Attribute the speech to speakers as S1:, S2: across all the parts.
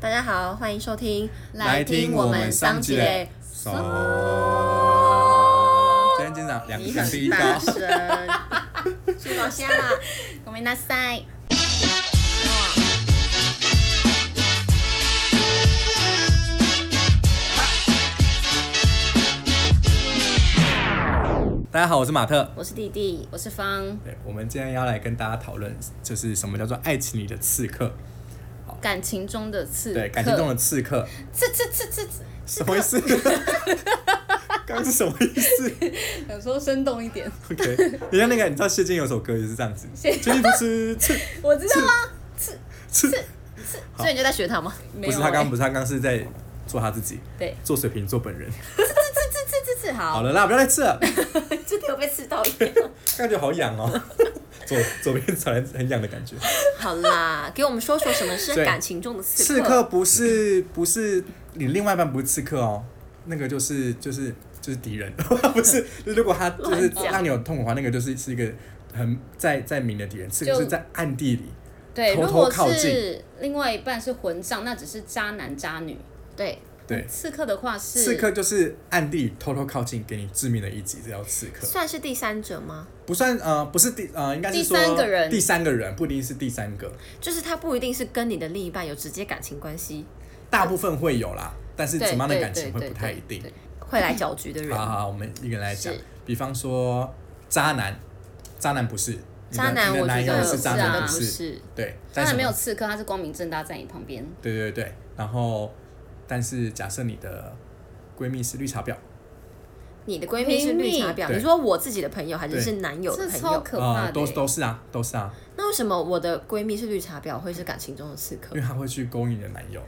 S1: 大家好，欢迎收听，
S2: 集嘞。嗖今天经常两
S1: 你
S2: 两第
S1: 很
S2: 一 高，
S1: 大声，去楼下啦。
S3: ごめんなさい。
S2: 大家好，我是马特。
S1: 我是弟弟，
S3: 我是方，
S2: 对，我们今天要来跟大家讨论，就是什么叫做爱情里的刺客？
S3: 感情中的刺客。
S2: 对，感情中的刺客，
S3: 刺刺刺刺刺。
S2: 什么意 思？刚刚是什么意思
S3: 有时候生动一点，
S2: ？OK，人家那个你知道谢金有首歌也是这样子，
S3: 谢
S2: 金不吃刺
S3: 我知道啊。
S2: 刺，
S1: 所以你就在学他吗？欸
S3: 没
S2: 不
S3: 有
S2: 是他刚刚不
S3: 欸
S2: 是他刚刚是在做他自己，
S3: 对，
S2: 做水瓶座本人。
S3: 刺刺刺刺刺刺，
S2: 好
S3: 好，
S2: 了啦，不要再刺了，
S3: 这里有被刺到一点。
S2: 感觉好痒 哦，左左边突然很痒的感觉。
S1: 好啦，给我们说说什么是
S2: 对
S1: 感情中的刺
S2: 刺客不是不是你另外一半不是刺客哦，那个就是就是就是敌人， 不是。就是如果他就是
S3: 乱讲
S2: 让你有痛苦的话，那个就是是一个很在在明的敌人，刺客
S3: 就是
S2: 在暗地里。
S3: 对，
S2: 偷偷
S3: 如果
S2: 靠
S3: 是
S2: 近
S3: 另外一半是混账，那只是渣男渣女。
S1: 对，
S2: 对，
S3: 刺客的话是
S2: 刺客就是暗地里偷偷靠近，给你致命的一击，这叫刺客。
S1: 算是第三者吗？
S2: 不算呃，不是第呃，应该是说
S3: 第三个人
S2: 第三个人不一定是第三个，
S1: 就是他不一定是跟你的另一半有直接感情关系，
S2: 大部分会有啦，但是
S3: 对
S2: 怎么样的
S3: 对
S2: 感情
S3: 对
S2: 会
S3: 对
S2: 不太
S3: 对
S2: 一定
S3: 对。
S1: 会来搅局的人。
S2: 好好，好我们一个来讲
S1: 是，
S2: 比方说渣男，渣男不是，你的
S1: 渣男
S2: 你的
S1: 我觉
S2: 男
S1: 得
S2: 友
S3: 不
S2: 是渣
S3: 是
S2: 男，
S3: 啊
S2: 不
S1: 不
S2: 是，
S1: 是，
S2: 对，
S3: 渣
S2: 但是
S3: 男没有，刺客，他是光明正大在你旁边。
S2: 对对对，然后但是假设你的闺蜜是绿茶婊，
S1: 你的闺蜜是绿茶婊，
S2: 对
S1: 你说我自己的朋友还是
S2: 对
S1: 是男友的
S3: 这
S1: 朋
S3: 超
S1: 友？
S3: 可怕
S2: 呃，
S3: 的
S2: 都
S3: 欸。
S2: 都是啊，都是啊，
S1: 那为什么我的闺蜜是绿茶婊会是感情中的刺客
S2: 因为？她会去勾引你的男友，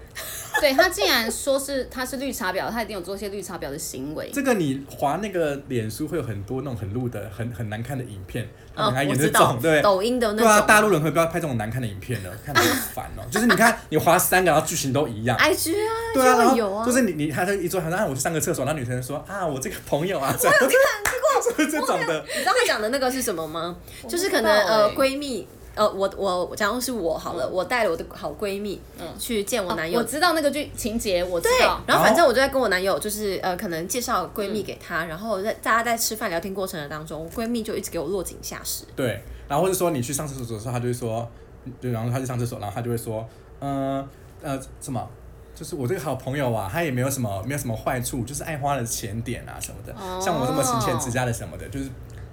S3: 对他竟然说是他是绿茶婊，他一定有做一些绿茶婊的行为。
S2: 这个你划那个脸书会有很多那种很露的、很很难看的影片，他
S1: 哦
S2: 们还
S1: 我
S2: 演这
S1: 知道
S2: 种，，对。
S1: 抖音的那
S2: 对啊，
S1: 种。
S2: 大陆人会不要拍这种难看的影片的，看得很烦 哦。就是你看，你划三个，然后剧情都一样，
S1: IG 啊，
S2: 对啊，
S1: 就
S2: 然
S1: 会有
S2: 后
S1: 啊，
S2: 就是你你他就一坐，他说啊，我去上个厕所，然后女生说啊，我这个朋 友啊，这样，就是 这种的，
S1: 你知道他讲的那个是什么吗？
S3: 我
S1: 就
S3: 不
S1: 是
S3: 知道
S1: 可能呃
S3: 欸嗯
S1: 闺蜜，呃我我假如是我好了，我带了我的好闺蜜去见我男
S3: 哦
S1: 友
S3: 我，知道那个剧情节，我知
S1: 对
S3: 道，。
S1: 然后反正我就在跟我男友就是呃可能介绍闺蜜给他，然后在大家在吃饭聊天过程的当中，我闺蜜就一直给我落井下石。
S2: 对，然后或者说你去上厕所的时候，他就会说，对，然后他去上厕所，然后他就会说，嗯呃什么，就是我这个好朋友啊，他也没有什么没有什么坏处，就是爱花了钱点啊什么的，
S3: 哦
S2: 像我这么勤俭持家的什么的，就是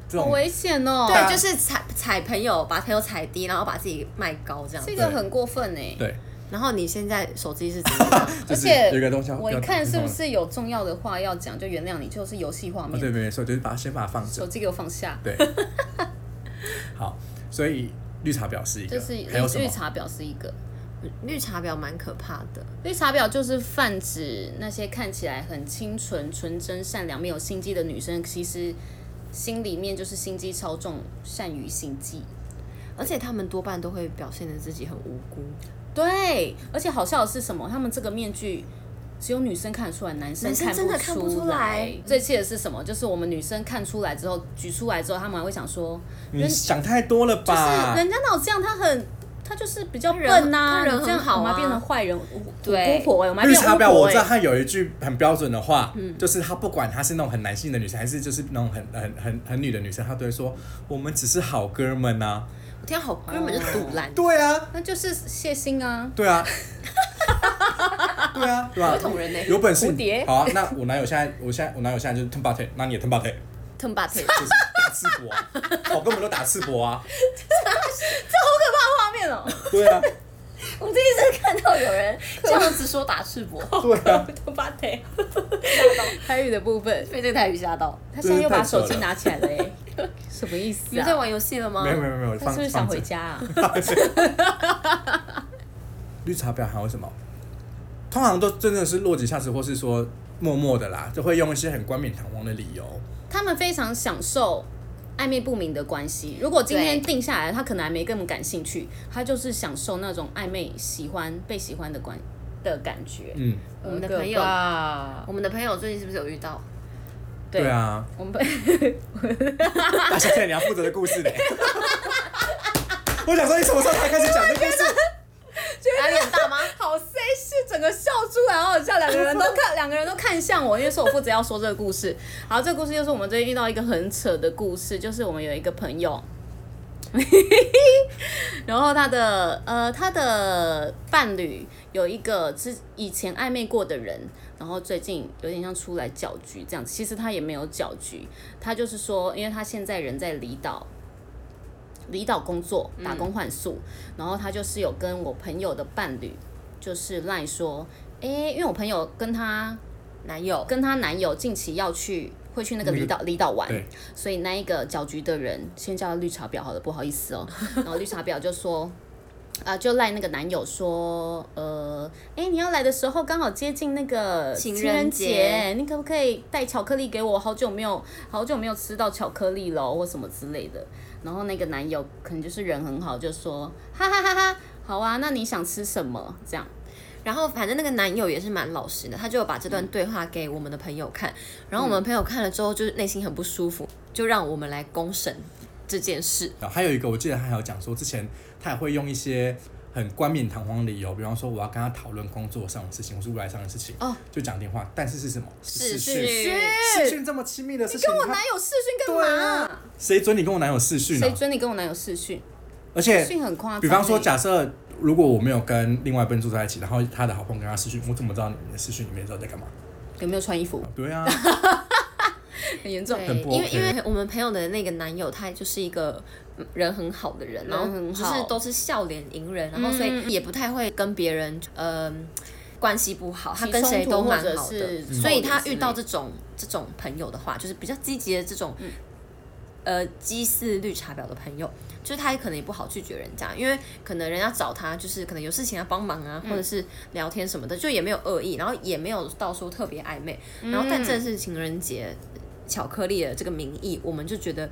S2: 这
S3: 好
S2: 种，
S3: 危险哦、
S2: 啊
S1: 对，就是踩踩朋友，把朋友踩低，然后把自己卖高这样
S3: 这
S1: 子。
S3: 个很过分哎、
S2: 对，
S1: 然后你现在手机是怎么样？
S2: 就
S3: 而
S2: 是
S3: 且
S2: 有一个东西要，
S3: 我一
S2: 要
S3: 看是不
S2: 哦？
S3: 是有重要的话要讲，就原谅你，就是游戏画面，
S2: 对，没错，就是把它先把它放着
S3: 手，机给我放下，
S2: 对，好，所以绿茶婊是一个，
S3: 就是
S2: 还有什么
S3: 绿？茶婊是一个，
S1: 绿茶婊蛮可怕的，
S3: 绿茶婊就是泛指那些看起来很清纯、纯真、善良、没有心机的女生，其实心里面就是心机超重，善于心计。
S1: 而且他们多半都会表现的自己很无辜，
S3: 对，而且好笑的是什么？他们这个面具只有女生看得出来，男生
S1: 男生真的看不出
S3: 出
S1: 来
S3: 最气的是什么？就是我们女生看出来之后，举出来之后，他们还会想说，
S2: 你想太多了
S3: 就是
S2: 吧？
S3: 人家哪有这样，他很。他就是比较
S1: 人
S3: 笨呐、
S1: 他人
S3: 你这样
S1: 很好啊
S3: 我们还变成坏人，我
S1: 对
S3: 我姑婆哎、我们还
S2: 绿
S3: 变成
S2: 茶
S3: 巫
S2: 婊，
S3: 婆
S2: 我
S3: 哎、
S2: 知道她有一句很标准的话，
S3: 嗯
S2: 就是她不管她是那种很男性的女生，还是就是那种很很很很女的女生，她都会说我们只是好哥们呐、
S1: 我天啊，好哥们就堵拦
S2: 啊。，对啊，
S3: 那就是谢 欣啊，
S2: 对啊，对啊，对 吧、
S1: 不同人呢
S2: 有本事
S3: 蝴蝶
S2: 好啊，那我男友现在，我现在我男友现在就是 turn back，那你也 turn back，就
S1: 吞巴腿，
S2: 是打赤膊、 啊，好哥们都打赤膊啊，
S3: 画面哦、
S2: 对啊，
S1: 我们这一次看到有 人这样子说打赤膊，
S2: 对 啊，
S3: 都巴腿，台语的部分，
S1: 被这个台语吓到。
S3: 他现在又把
S2: 真是太扯
S3: 手机
S2: 了
S3: 拿起来了哎、 什么意思
S1: 你们在
S3: 啊？
S1: 玩游戏了吗？
S2: 没有没有没有，
S3: 他
S2: 放
S3: 是不是
S2: 放
S3: 想
S2: 着
S3: 回家啊？
S2: 绿茶婊还有什么？通常都真的是落井下石，或是说默默的啦，就会用一些很冠冕堂皇的理由。
S3: 他们非常享受暧昧不明的关系。如果今天定下来，他可能还没那么感兴趣，他就是享受那种暧昧、喜欢、被喜欢的关的感觉。
S2: 嗯，
S1: 我们的朋友
S3: 合格吧
S1: 我们的朋友最近是不是有遇 到？
S3: 对
S2: 对啊，
S3: 我们朋
S2: 大小姐你要负责的故事嘞。 我想说，你什么时候才开始讲这个故事？
S1: 压力很大吗？
S3: 好 C 是整出来，好好笑。两个人都看，两个人都看向我，因为是我负责要说这个故事。好，这个故事就是我们最近遇到一个很扯的故事，就是我们有一个朋友， 然后他的呃他的伴侣有一个之以前暧昧过的人，然后最近有点像出来搅局这样子。其实他也没有搅局，他就是说，因为他现在人在离岛。离岛工作，打工换宿，然后他就是有跟我朋友的伴侣，就是赖说，哎、因为我朋友跟她
S1: 男友
S3: 跟她男友近期要去会去那个
S2: 那个
S3: 离岛离岛玩，
S2: 对，
S3: 所以那一个搅局的人先叫他绿茶婊好了，不好意 思哦。然后绿茶婊就说，啊、就赖那个男友说，呃，哎、你要来的时候刚好接近那个
S1: 情
S3: 人
S1: 人节
S3: 你可不可以带巧克力给我？好久没有好久没有吃到巧克力了哦，或什么之类的。然后那个男友可能就是人很好，就说，哈哈哈哈，好啊，那你想吃什么？这样。
S1: 然后反正那个男友也是蛮老实的，他就有把这段对话给我们的朋友看，然后我们朋友看了之后就是内心很不舒服，就让我们来公审这件事。
S2: 然后还有一个，我记得他还有讲说，之前他也会用一些很冠冕堂皇的理由，比方说我要跟他讨论工作上的事情，我是未来上的事情，
S3: 哦，
S2: 就讲电话，但是是什么？
S1: 视
S2: 讯，
S1: 讯
S2: 视讯这么亲密的事情，
S3: 跟我
S2: 他
S3: 男友视讯干
S2: 对
S3: 嘛？
S2: 啊谁准你跟我男友视讯
S3: 谁
S2: 啊？
S3: 准你跟我男友视讯？
S2: 而且
S3: 视讯很夸张欸。
S2: 比方说，假设如果我没有跟另外一半住在一起，然后他的好朋友跟他视讯，我怎么知道你的视讯里面到底在 干嘛？
S3: 有没有穿衣服？
S2: 对啊，
S3: 很严重。
S2: 很不
S1: 因为
S2: OK
S1: 因为我们朋友的那个男友，他就是一个嗯人很好的人，然后
S3: 人很
S1: 就
S3: 好
S1: 是都是笑脸迎人，然后所以也不太会跟别人呃关系不好，他
S3: 起
S1: 跟谁
S3: 冲突
S1: 都
S3: 或
S1: 蛮
S3: 者
S1: 好
S3: 是
S1: 的，
S3: 嗯
S1: 所以他
S3: 之类
S1: 遇到
S3: 的
S1: 这种这种朋友的话，就是比较积极的这种。
S3: 嗯
S1: 呃，鸡似绿茶婊的朋友，就是他也可能也不好拒绝人家，因为可能人家找他，就是可能有事情要帮忙
S3: 嗯
S1: 啊，或者是聊天什么的，就也没有恶意，然后也没有到说特别暧昧，
S3: 嗯
S1: 然后但这是情人节巧克力的这个名义，我们就觉得。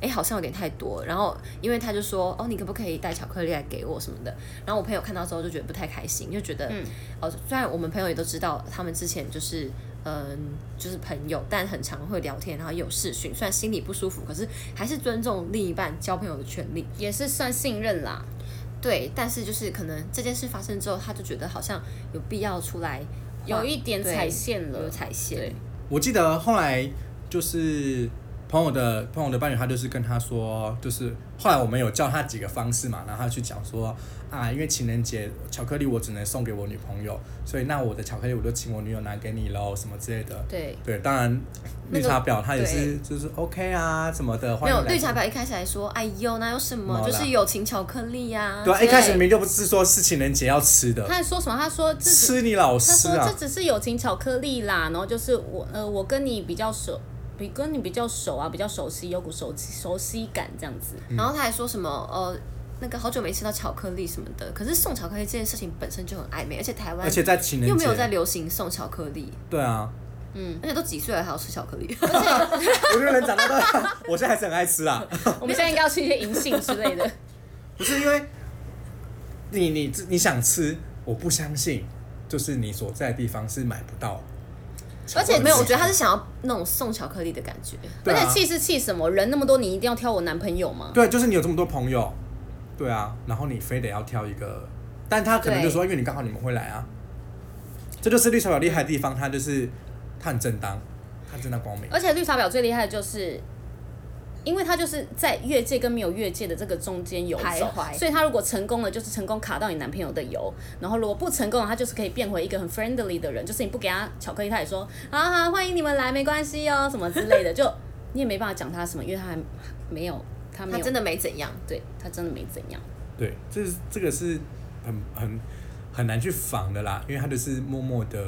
S1: 哎，好像有点太多。然后，因为他就说，哦，你可不可以带巧克力来给我什么的。然后我朋友看到之后就觉得不太开心，就觉得，哦，虽然我们朋友也都知道他们之前就是，嗯，就是朋友，但很常会聊天，然后也有视讯，虽然心里不舒服，可是还是尊重另一半交朋友的权利。
S3: 也是算信任啦。
S1: 对，但是就是可能这件事发生之后，他就觉得好像有必要出来
S3: 有一点
S1: 对
S3: 踩线了
S1: 有踩线
S3: 对。
S2: 我记得后来就是朋友的朋友的伴侣，他就是跟他说，就是后来我们有教他几个方式嘛，然后他去讲说啊，因为情人节巧克力我只能送给我女朋友，所以那我的巧克力我就请我女友拿给你喽，什么之类的。
S3: 对，
S2: 对，当然
S1: 那
S2: 绿
S1: 个
S2: 茶婊她也是就是 OK 啊什么的，
S1: 没
S2: 欢迎
S1: 有
S2: 来
S1: 绿茶婊一开始还说，哎呦，哪有什么，
S2: 没有
S1: 就
S2: 啦
S1: 是友情巧克力呀、
S2: 对啊，
S1: 之
S2: 一
S1: 类
S2: 开始明明就不是说是情人节要吃的
S3: 他，还说什么？他说这只
S2: 吃你老
S3: 他
S2: 师
S3: 说
S2: 呃啊
S3: 这！只是友情巧克力啦，然后就是我呃我跟你比较熟，比跟你比较熟啊，比较熟悉，有股熟熟悉感这样 子。
S1: 然后他还说什么呃，那个好久没吃到巧克力什么的。可是送巧克力这件事情本身就很暧昧，而且台湾
S2: 而且在情人节
S1: 又没有在流行送巧克力，嗯
S2: 对啊，
S1: 而且都几岁了还要吃巧克力，
S2: 我觉得人长大都， 我现在还是很爱吃啊。
S3: 我们现在应该要去一些银杏之类的，
S2: 不是因为你你你想吃，我不相信，就是你所在的地方是买不到。
S1: 而且没有，我觉得他
S2: 是
S1: 是想要那种送巧克力的感觉。
S2: 对
S3: 而且
S2: 啊，
S3: 气是气什么？人那么多，你一定要挑我男朋友吗？
S2: 对，就是你有这么多朋友，对啊，然后你非得要挑一个，但他可能就说，因为你刚好你们会来啊，这就是绿茶婊厉害的地方，他就是他很正当，他很正当光明。
S3: 而且绿茶婊最厉害的就是，因为他就是在越界跟没有越界的这个中间游
S1: 徘
S3: 走，
S1: 徊
S3: 所以他如果成功了，就是成功卡到你男朋友的油；然后如果不成功了，他就是可以变回一个很 friendly 的人，就是你不给他巧克力，他也说好好欢迎你们来，没关系哦，什么之类的， 就你也没办法讲他什么，因为他还没有，他没
S1: 他
S3: 有，
S1: 真的没怎样，
S3: 对他真的没怎样。
S2: 对，这是这个是很很很难去防的啦，因为他就是默默的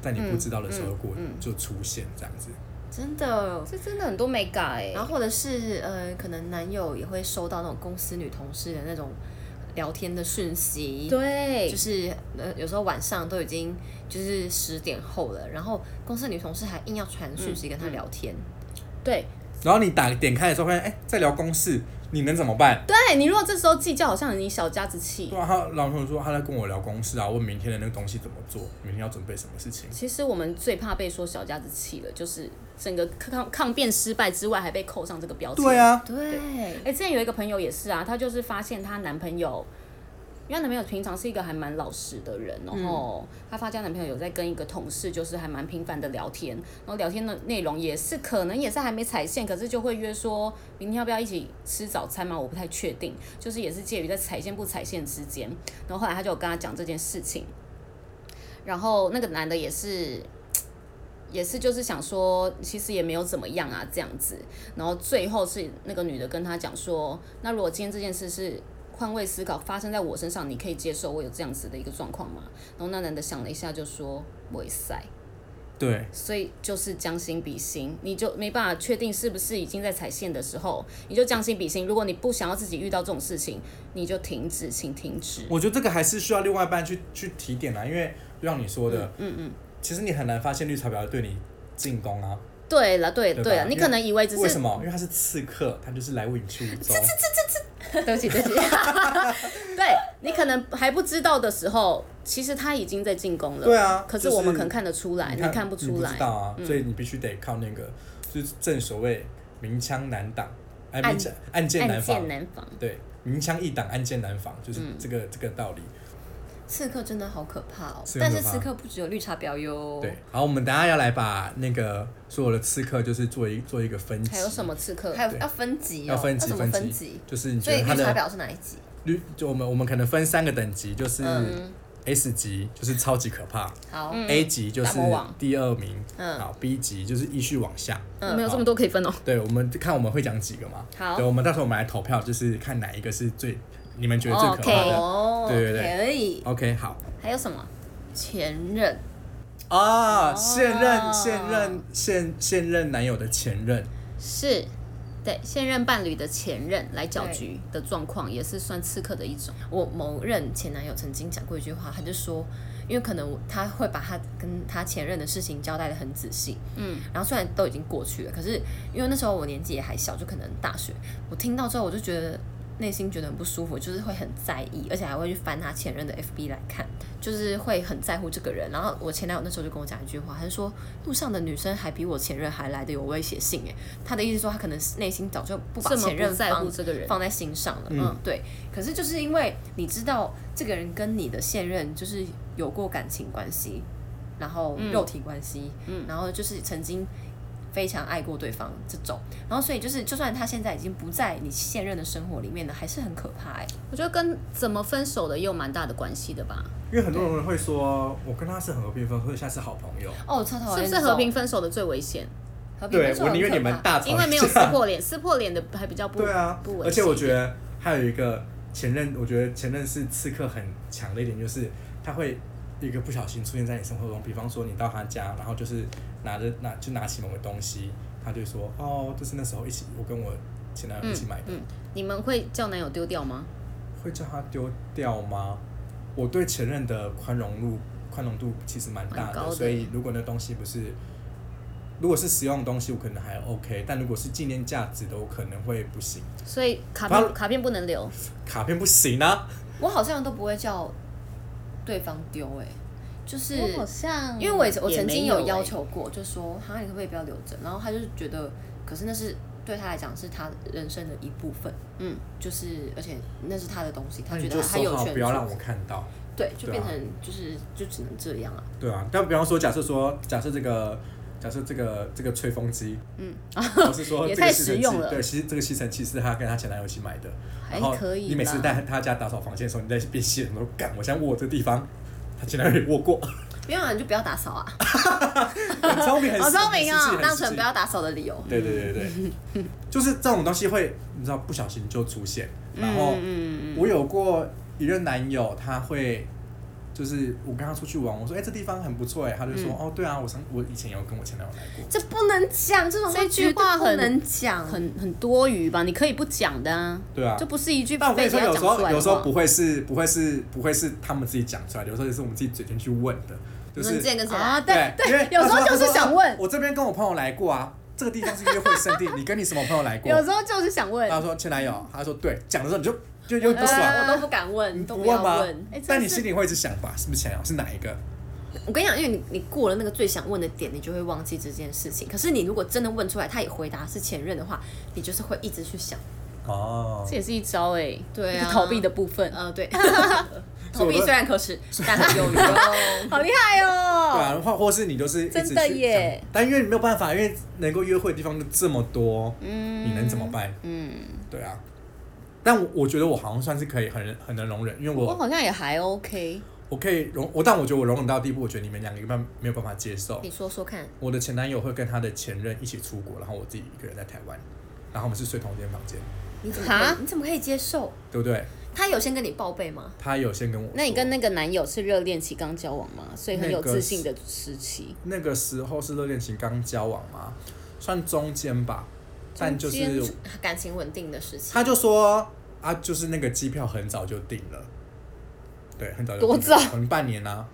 S2: 在你不知道的时候过、
S3: 嗯
S2: 就出现这样子。
S1: 真的。
S3: 这真的很多没改、欸
S1: 然后或者是呃，可能男友也会收到那种公司女同事的那种聊天的讯息，
S3: 对
S1: 就，是呃，有时候晚上都已经就是十点后了，然后公司女同事还硬要传讯息跟他聊天，
S3: 对，
S2: 然后你打点开的时候发现，哎、在聊公事，你能怎么办？
S3: 对你如果这时候计较，好像你小家子气
S2: 对。啊，他老朋友说他在跟我聊公事啊，问明天的那个东西怎么做，明天要准备什么事情。
S3: 其实我们最怕被说小家子气了，就是整个抗抗辩失败之外，还被扣上这个标签。
S2: 对，啊，
S1: 对，
S3: 哎、之前有一个朋友也是啊，她就是发现她男朋友因为她男朋友平常是一个还蛮老实的人，然后她发现她男朋友有在跟一个同事就是还蛮频繁的聊天，然后聊天的内容也是可能也是还没踩线，可是就会约说明天要不要一起吃早餐嘛？我不太确定，就是也是介于在踩线不踩线之间。然后后来她就有跟他讲这件事情，然后那个男的也是。也是，就是想说，其实也没有怎么样啊，这样子。然后最后是那个女的跟他讲说，那如果今天这件事是换位思考发生在我身上，你可以接受我有这样子的一个状况吗？然后那男的想了一下，就说我也塞，
S2: 对，
S3: 所以就是将心比心，你就没办法确定是不是已经在踩线的时候，你就将心比心。如果你不想要自己遇到这种事情，你就停止，请停止。
S2: 我觉得这个还是需要另外一半去去提点啊啦，因为就像你说的，嗯嗯，其实你很难发现绿茶婊对你进攻啊，
S3: 对了，对
S2: 对吧
S3: 对了，你可能以哎为只
S2: 为
S3: 是
S2: 什么？因为他是刺客，他就是来为你出一招。
S3: 对 不起，对不起。对你可能还不知道的时候，其实他已经在进攻了。
S2: 对啊
S3: 可是
S2: 就是
S3: 我们可能看得出来，
S2: 你
S3: 你
S2: 看
S3: 看不出
S2: 你
S3: 来嗯
S2: 知。道啊，所以你必须得靠那个，就是正所谓明枪难挡，哎，明枪暗箭难嗯
S3: 暗
S2: 防
S3: 箭，难嗯防。
S2: 对，明枪易挡，暗箭难防，就是这个这个道理。
S3: 哦
S1: 刺客真的好可怕哦！
S2: 刺客
S1: 但
S2: 很可怕
S1: 是刺客不只有绿茶婊哟。
S2: 对，，好，我们等一下要来把那个所有的刺客，就是做一做一个分级，
S3: 还有什么刺客？
S1: 还有
S2: 对
S1: 要分级哦，
S2: 要分级
S1: 怎么分
S2: 级
S1: 级？，
S2: 就是你觉
S1: 所以
S2: 得
S1: 绿
S2: 他
S1: 茶
S2: 的
S1: 婊是哪一级？
S2: 绿，就我们我们可能分三个等级，就是
S3: 嗯
S2: S 级就是超级可怕
S1: 好，
S2: ，A 级就是
S3: 大魔王
S2: 第二名，
S1: 嗯
S2: 好，B 级就是依序往下。
S3: 我们有这么多可以分哦。
S2: 对，我们看我们会讲几个嘛？
S3: 好
S2: 对，我们到时候我们来投票，就是看哪一个是最你们觉得最可怕的。
S1: 哦，
S2: 对对对
S1: 可以。
S2: OK，好
S3: 还有什么？
S1: 前任，
S2: 啊，现任现任现现任男友的前任，
S3: 是，对，现任伴侣的前任来搅局的状况，也是算刺客的一种。
S1: 我某任前男友曾经讲过一句话，他就说，因为可能我他会把他跟他前任的事情交代的很仔细，嗯，然后虽然都已经过去了，可是因为那时候我年纪也还小，就可能大学，我听到之后我就觉得内心觉得很不舒服，就是会很在意，而且还会去翻他前任的 FB 来看，就是会很在乎这个人。然后我前男友那时候就跟我讲一句话，他就说路上的女生还比我前任还来的有威胁性，诶，他的意思说他可能是内心早就不把
S3: 这么
S1: 前
S3: 不
S1: 任
S3: 在
S1: 放
S3: 乎这个人，
S1: 放在心上了。
S2: 嗯
S1: 嗯，对。可是就是因为你知道这个人跟你的现任就是有过感情关系，然后肉体关系，然后就是曾经非常爱过对方这种，然后所以就是就算他现在已经不在你现任的生活里面了，还是很可怕哎、
S3: 我觉得跟怎么分手的也有蛮大的关系的吧？
S2: 因为很多人会说，我跟他是很和平分，所以下次好朋友。
S1: 哦，超讨
S3: 是
S1: 厌
S3: 不
S1: 这种。
S3: 是和平分手的最危险？
S1: 和平
S2: 对
S1: 分手
S2: 我
S1: 很
S2: 宁愿
S1: 可
S2: 你们
S1: 怕
S2: 大吵一架，
S3: 因为没有撕 破脸，撕破脸的还比较不
S2: 对啊
S3: 不，危
S2: 而且
S3: 险
S2: 我觉得还有一个前任，我觉得前任是刺客很强的一点，就是他会一个不小心出现在你生活中，比方说你到他家，然后就是拿着拿就拿起某个东西，他就说哦，就是那时候一起我跟我前男友一起买的，
S3: 你们会叫男友丢掉吗？
S2: 会叫他丢掉吗？我对前任的宽容度宽容度其实蛮大
S3: 蛮
S2: 的，
S3: 高的
S2: 所以如果那东西不是。如果是实用的东西，我可能还 OK，但如果是纪念价值的，我可能会不行。
S3: 所以卡
S2: 他
S3: 片卡片不能留，
S2: 卡片不行啊，
S1: 我好像都不会叫对方丢哎、就是
S3: 我好像
S1: 因为我也我
S3: 也
S1: 曾经
S3: 没有
S1: 有要
S3: 欸
S1: 求过，就说哈，你可不可以不要留着？然后他就是觉得，可是那是对他来讲是他人生的一部分，
S3: 嗯，
S1: 就是而且那是他的东西，他
S2: 那
S1: 觉
S2: 你
S1: 得
S2: 就
S1: 他
S2: 说
S1: 有
S2: 好
S1: 权
S2: 不要
S1: 去
S2: 让我看到。
S1: 对，就
S2: 对啊
S1: 变成就是、就只能这样啊。
S2: 对啊，但比方说，假设说，假设这个，假设这个这个吹风机， 嗯，或是说
S3: 也
S2: 这个
S3: 太
S2: 吸
S3: 实
S2: 尘器
S3: 用，了
S2: 对，吸这个吸尘器是她跟她前男友一起买的，
S3: 还
S2: 然后
S3: 可以啦
S2: 你每次在她家打扫房间的时候，你在边吸尘都干，我想握这地方，她前男友也握 过，
S1: 不要啊，你就不要打扫啊，
S2: 很聪明，很
S3: 好聪明哦
S2: 实际很实际
S1: 当成不要打扫的理由。
S2: 对对对对， 就是这种东西会，你知道不小心就出现。然后
S3: 嗯
S2: 我有过一任男友，他会就是我跟他出去玩，我说哎、这地方很不错哎，他就
S3: 嗯
S2: 说、哦对啊，我上我以前有跟我前男友来过。
S1: 这不能讲，这种
S3: 这句
S1: 绝对
S3: 话
S1: 不
S3: 很
S1: 能讲，
S3: 很很多余吧？你可以不讲的啊，
S2: 对啊
S3: 就不是一句
S2: 但我跟你
S3: 非
S2: 说，
S3: 得要
S2: 有
S3: 讲
S2: 时
S3: 出来的
S2: 候
S3: 话。
S2: 有时候不会是不会是不会是他们自己讲出来的，有时候也是我们自己嘴尖去问的，就
S1: 你们
S2: 是
S1: 之前跟谁
S3: 啊，
S1: 来？
S3: 对
S2: 因为
S3: 对，有时候
S2: 他说
S3: 就是想
S2: 他说，
S3: 问
S2: 我这边跟我朋友来过啊，这个地方是约会圣地，你跟你什么朋友来过？
S3: 有时候就是想问。
S2: 他说前男友，他说对，讲的时候你就就又不爽，啊
S1: 呃我都不敢问，
S2: 你
S1: 都
S2: 不
S1: 要
S2: 问吗
S1: 问。？
S3: 哎真的
S2: 但你
S3: 是
S2: 心里会一直想吧，是不是想要是哪一个？
S1: 我跟你讲，因为你你过了那个最想问的点，你就会忘记这件事情。可是你如果真的问出来，他也回答是前任的话，你就是会一直去想，
S2: 哦，
S3: 这也是一招哎、欸，
S1: 对啊
S3: 一个逃避的部分，
S1: 呃，对，
S2: 所
S1: 投
S2: 以我
S1: 币
S2: 都
S1: 虽然可 耻，但很有用。
S3: 好厉害哦、
S2: 对啊，或或是你就是一直
S3: 真的
S2: 去
S3: 耶
S2: 想，但因为你没有办法，因为能够约会的地方就这么多，嗯，你能怎么办？嗯，对啊。但我我觉得我好像算是可以很很能容忍，因为
S3: 我
S2: 我
S3: 好像也还 OK，
S2: 我可以容我，但我觉得我容忍到的地步，我觉得你们两个一般没有办法接受。
S1: 你说说看，
S2: 我的前男友会跟他的前任一起出国，然后我自己一个人在台湾，然后我们是睡同一间房间，
S1: 你怎么可
S3: 哈
S1: 以你怎么可以接受？
S2: 对不对？
S1: 他有先跟你报备吗？
S2: 他有先跟我说，
S3: 那你跟那个男友是热恋期刚交往吗？所以很有
S2: 那个
S3: 自信的时期，
S2: 那个时候是热恋期刚交往吗？算中间吧，但就
S3: 中
S2: 是
S3: 间
S1: 感情稳定的事情，
S2: 他就说啊，就是那个机票很早就订了，对，很早就
S3: 多
S2: 订了
S3: 早
S2: 可能半年啊，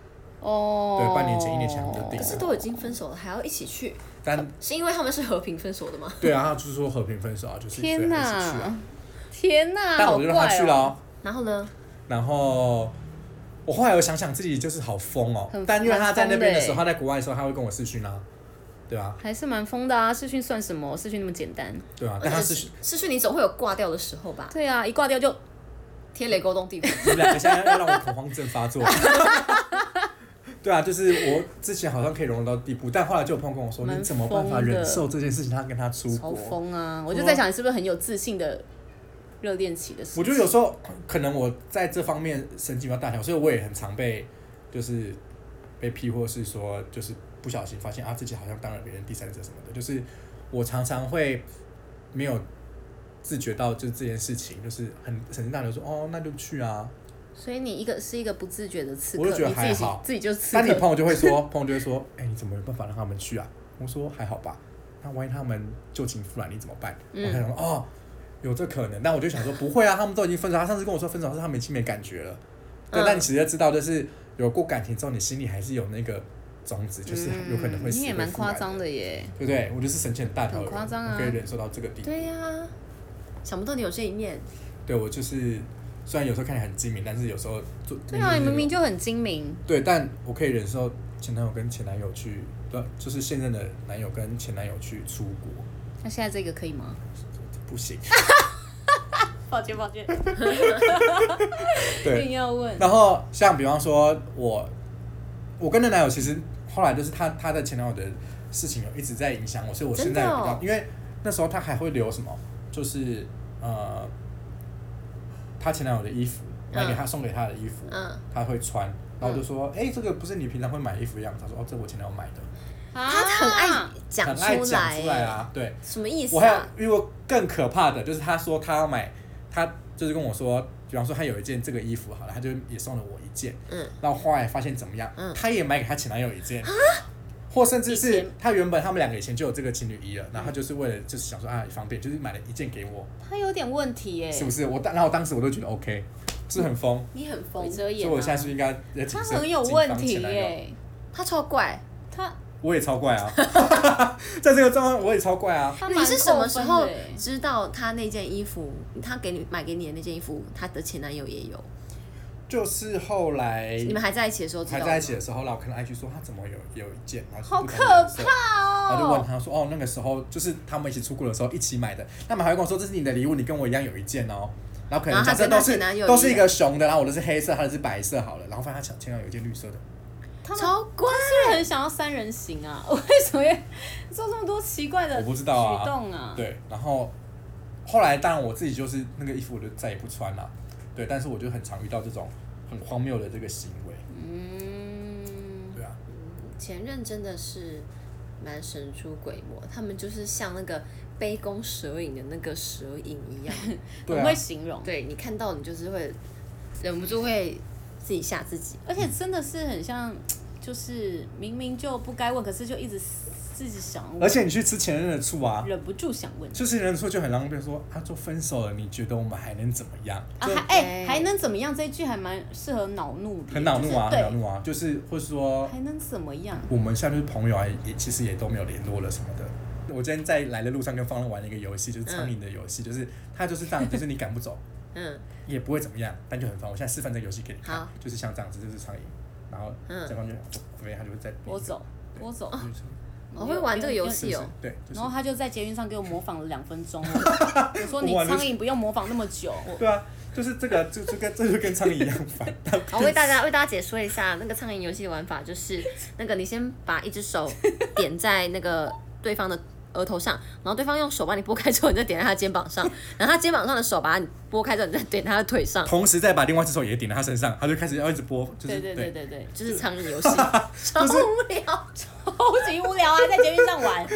S3: 哦，
S2: 对半年前一年前我们就定
S1: 可
S2: 了
S1: 是都已经分手了，还要一起去，
S2: 但
S1: 是因为他们是和平分手的吗？
S2: 对啊，他就是说和平分手啊，就是
S3: 天
S2: 哪、啊
S3: 哪，，天哪，
S2: 但
S3: 好
S2: 我就让他
S3: 怪
S2: 去了
S3: 哦
S2: 哦、
S1: 然后呢？
S2: 然后。我后来有想想自己就是好疯哦、
S3: 很
S2: 但因为他在那边的时候，
S3: 蛮疯
S2: 他在国外的时候，他会跟我视讯啊，对啊，
S3: 还是蛮疯的啊！视讯算什么？视讯那么简单？
S2: 对啊，但他
S1: 而
S2: 视
S1: 且
S2: 讯，
S1: 失去你总会有挂掉的时候吧？
S3: 对啊，一挂掉就
S1: 天雷勾动地火，
S2: 你们两个现在要让我恐慌症发作。 对啊，就是我之前好像可以容忍到地步，但后来就有朋友跟我说，
S3: 蛮
S2: 你怎么办法
S3: 疯的
S2: 忍受这件事情？他跟他出
S3: 超
S2: 国，
S3: 疯啊！我就在想，你是不是很有自信的热恋期的时期？
S2: 我觉得有时候可能我在这方面神经比较大条，所以我也很常被就是被批，或是说就是不小心发现啊自己好像当了别人第三者什么的，就是我常常会没有自觉到就是这件事情，就是很神经大条说哦那就去啊，
S3: 所以你一个是一个不自觉的刺客，
S2: 我就觉得
S3: 你自
S2: 还
S3: 己
S2: 好
S3: 自己就是刺
S2: 但你
S3: 客。
S2: 朋友就会说， 朋友就会说，哎、你怎么有办法让他们去啊？我说还好吧，那万一他们旧情复燃，你怎么办？
S3: 嗯
S2: 我还想说哦，有这可能，但我就想说不会啊，他们都已经分手，他上次跟我说分手是他们已经没感觉了，对，
S1: 嗯
S2: 但你其实知道，就是有过感情之后，你心里还是有那个种子，就是有可能会
S3: 嗯
S2: 死、
S3: 你也蛮夸张
S2: 的，
S3: 的耶，
S2: 对不对？我就是神经很大条的人，
S3: 很夸张啊
S2: 我可以忍受到这个地 步。
S1: 对呀、想不到你有这一面，
S2: 对我就是虽然有时候看起来很精明，但是有时候做
S3: 对啊，你明明
S2: 就
S3: 就很精明，
S2: 对，但我可以忍受前男友跟前男友去，对，就是现任的男友跟前男友去出国，
S3: 那现在这个可以吗？
S2: 不 行。
S3: 抱歉抱歉，
S2: 对，
S3: 要问
S2: 然后像比方说我，我跟那男友其实后来就是他他的前男友的事情有一直在影响我，所以我现在比
S1: 真的
S2: 较，
S1: 哦
S2: 因为那时候他还会留什么，就是呃，他前男友的衣服，买给他、送给他的衣服，
S1: 嗯，
S2: 他会穿。然后我就说，哎、这个不是你平常会买衣服的样子。他说，哦，这我前男友买的，
S3: 啊，
S1: 他很爱讲
S2: 很
S1: 出
S2: 爱讲
S1: 来，
S2: 出来啊，对。
S1: 什么意思
S2: 我还有
S1: 啊？
S2: 遇过更可怕的，就是他说他要买，他就是跟我说，比方说他有一件这个衣服好了，他就也送了我一件，
S1: 嗯，
S2: 然后后来发现怎么样，
S1: 嗯
S2: 他也买给他前男友一件，或甚至
S3: 啊以
S2: 是
S3: 前嗯
S2: 他原本他们两个以前就有这个情侣衣了，然后他就是为了就是想说啊方便，就是买了一件给我，
S3: 他有点问题耶，
S2: 是不是？我当然后当时我都觉得 OK，是很疯，
S1: 你很疯
S3: 鬼，遮
S2: 所以
S3: 眼啊，
S2: 我现在是不是应该呃要谨
S3: 他
S2: 慎
S3: 很有
S2: 谨
S3: 问
S2: 防
S3: 题
S2: 前男友
S3: 耶，
S1: 他超怪。
S3: 他
S2: 我也超怪啊， 在这个状况我也超怪啊，
S3: 他
S1: 你
S3: 蛮
S1: 是什么
S3: 扣
S1: 时
S3: 分
S1: 候
S3: 的欸耶
S1: 知道他那件衣服，他给你买给你的那件衣服，他的前男友也有？
S2: 就是后来
S1: 你们还在一起的时候知道
S2: 还
S1: 吗？
S2: 在一起的时候，然后我看到 IG 说他怎么有有一件，然后
S3: 好
S2: 就
S3: 可
S2: 不同的颜色
S3: 怕
S2: 然后就问
S3: 哦！
S2: 他说哦，那个时候就是他们一起出国的时候一起买的，他们还会跟我说这是你的礼物，你跟我一样有一件哦。然后可能
S1: 然后
S2: 假
S1: 啊他
S2: 设
S1: 跟
S2: 都
S1: 他
S2: 是
S1: 前男友
S2: 都是
S1: 一
S2: 一
S1: 样
S2: 个熊的，然后我的是黑色，他的是白色好了，然后发现他前前男友有一件绿色的，
S3: 他们
S1: 超怪，
S3: 是很想要三人行啊， 为什么要做这么多奇怪的
S2: 我
S3: 举
S2: 不知道啊
S3: 动啊？
S2: 对，然后后来当然我自己就是那个衣服我就再也不穿了，对，但是我就很常遇到这种很荒谬的这个行为，
S3: 嗯，
S2: 对啊，
S1: 前任真的是蛮神出鬼没，他们就是像那个杯弓蛇影的那个蛇影一 样，
S2: 对
S3: 很
S2: 啊
S3: 会，形容，
S1: 对你看到你就是会忍不住会自己吓自己。
S3: 而且真的是很像，就是明明就不该问，可是就一直自己想问，
S2: 而且你去吃前任的醋啊，
S3: 忍不住想问。
S2: 吃前任的醋就很浪费，说他、啊、就分手了，你觉得我们还能怎么样？
S3: 啊，
S2: 就
S3: 还哎、
S1: 对
S3: 还能怎么样？这一句还蛮适合恼怒的，
S2: 很恼怒啊，
S3: 就
S2: 很
S3: 是
S2: 恼怒啊，就是或是说
S3: 对，还能怎么样？
S2: 我们现在就是朋友啊，也其实也都没有联络了什么的。我今天在来的路上跟方乐玩了一个游戏，就是苍蝇的游戏，
S3: 嗯
S2: 就是他就是这样，就是你赶不走，
S1: 嗯，
S2: 也不会怎么样，但就很烦。我现在示范这个游戏给你看
S1: 好，
S2: 就是像这样子，就是苍蝇，然后
S1: 嗯
S2: 对方就怎么样，他就会在
S3: 我走，我走，
S2: 就是
S1: 我会玩这个游戏
S2: 是
S1: 哦
S2: 不是。对，就是
S3: 然后他就在捷运上给我模仿了两 分钟哦。我说你
S2: 我玩的
S3: 苍
S2: 是
S3: 蝇不用模仿那么久，我
S2: 对啊，就是这个，就就跟这就跟苍蝇一样 烦。
S1: 好，为大家为大家解说一下那个苍蝇游戏的玩法，就是那个你先把一只手点在那个对方的额头上，然后对方用手把你拨开之后，你再点在他的肩膀上，然后他肩膀上的手把你拨开之后，你再点他的腿上，
S2: 同时再把另外一只手也顶在他身上，他就开始要一直拨，就是
S3: 对对对对对，
S1: 就是苍蝇游 戏，超无聊。
S3: 超级无聊啊，在捷运上 玩，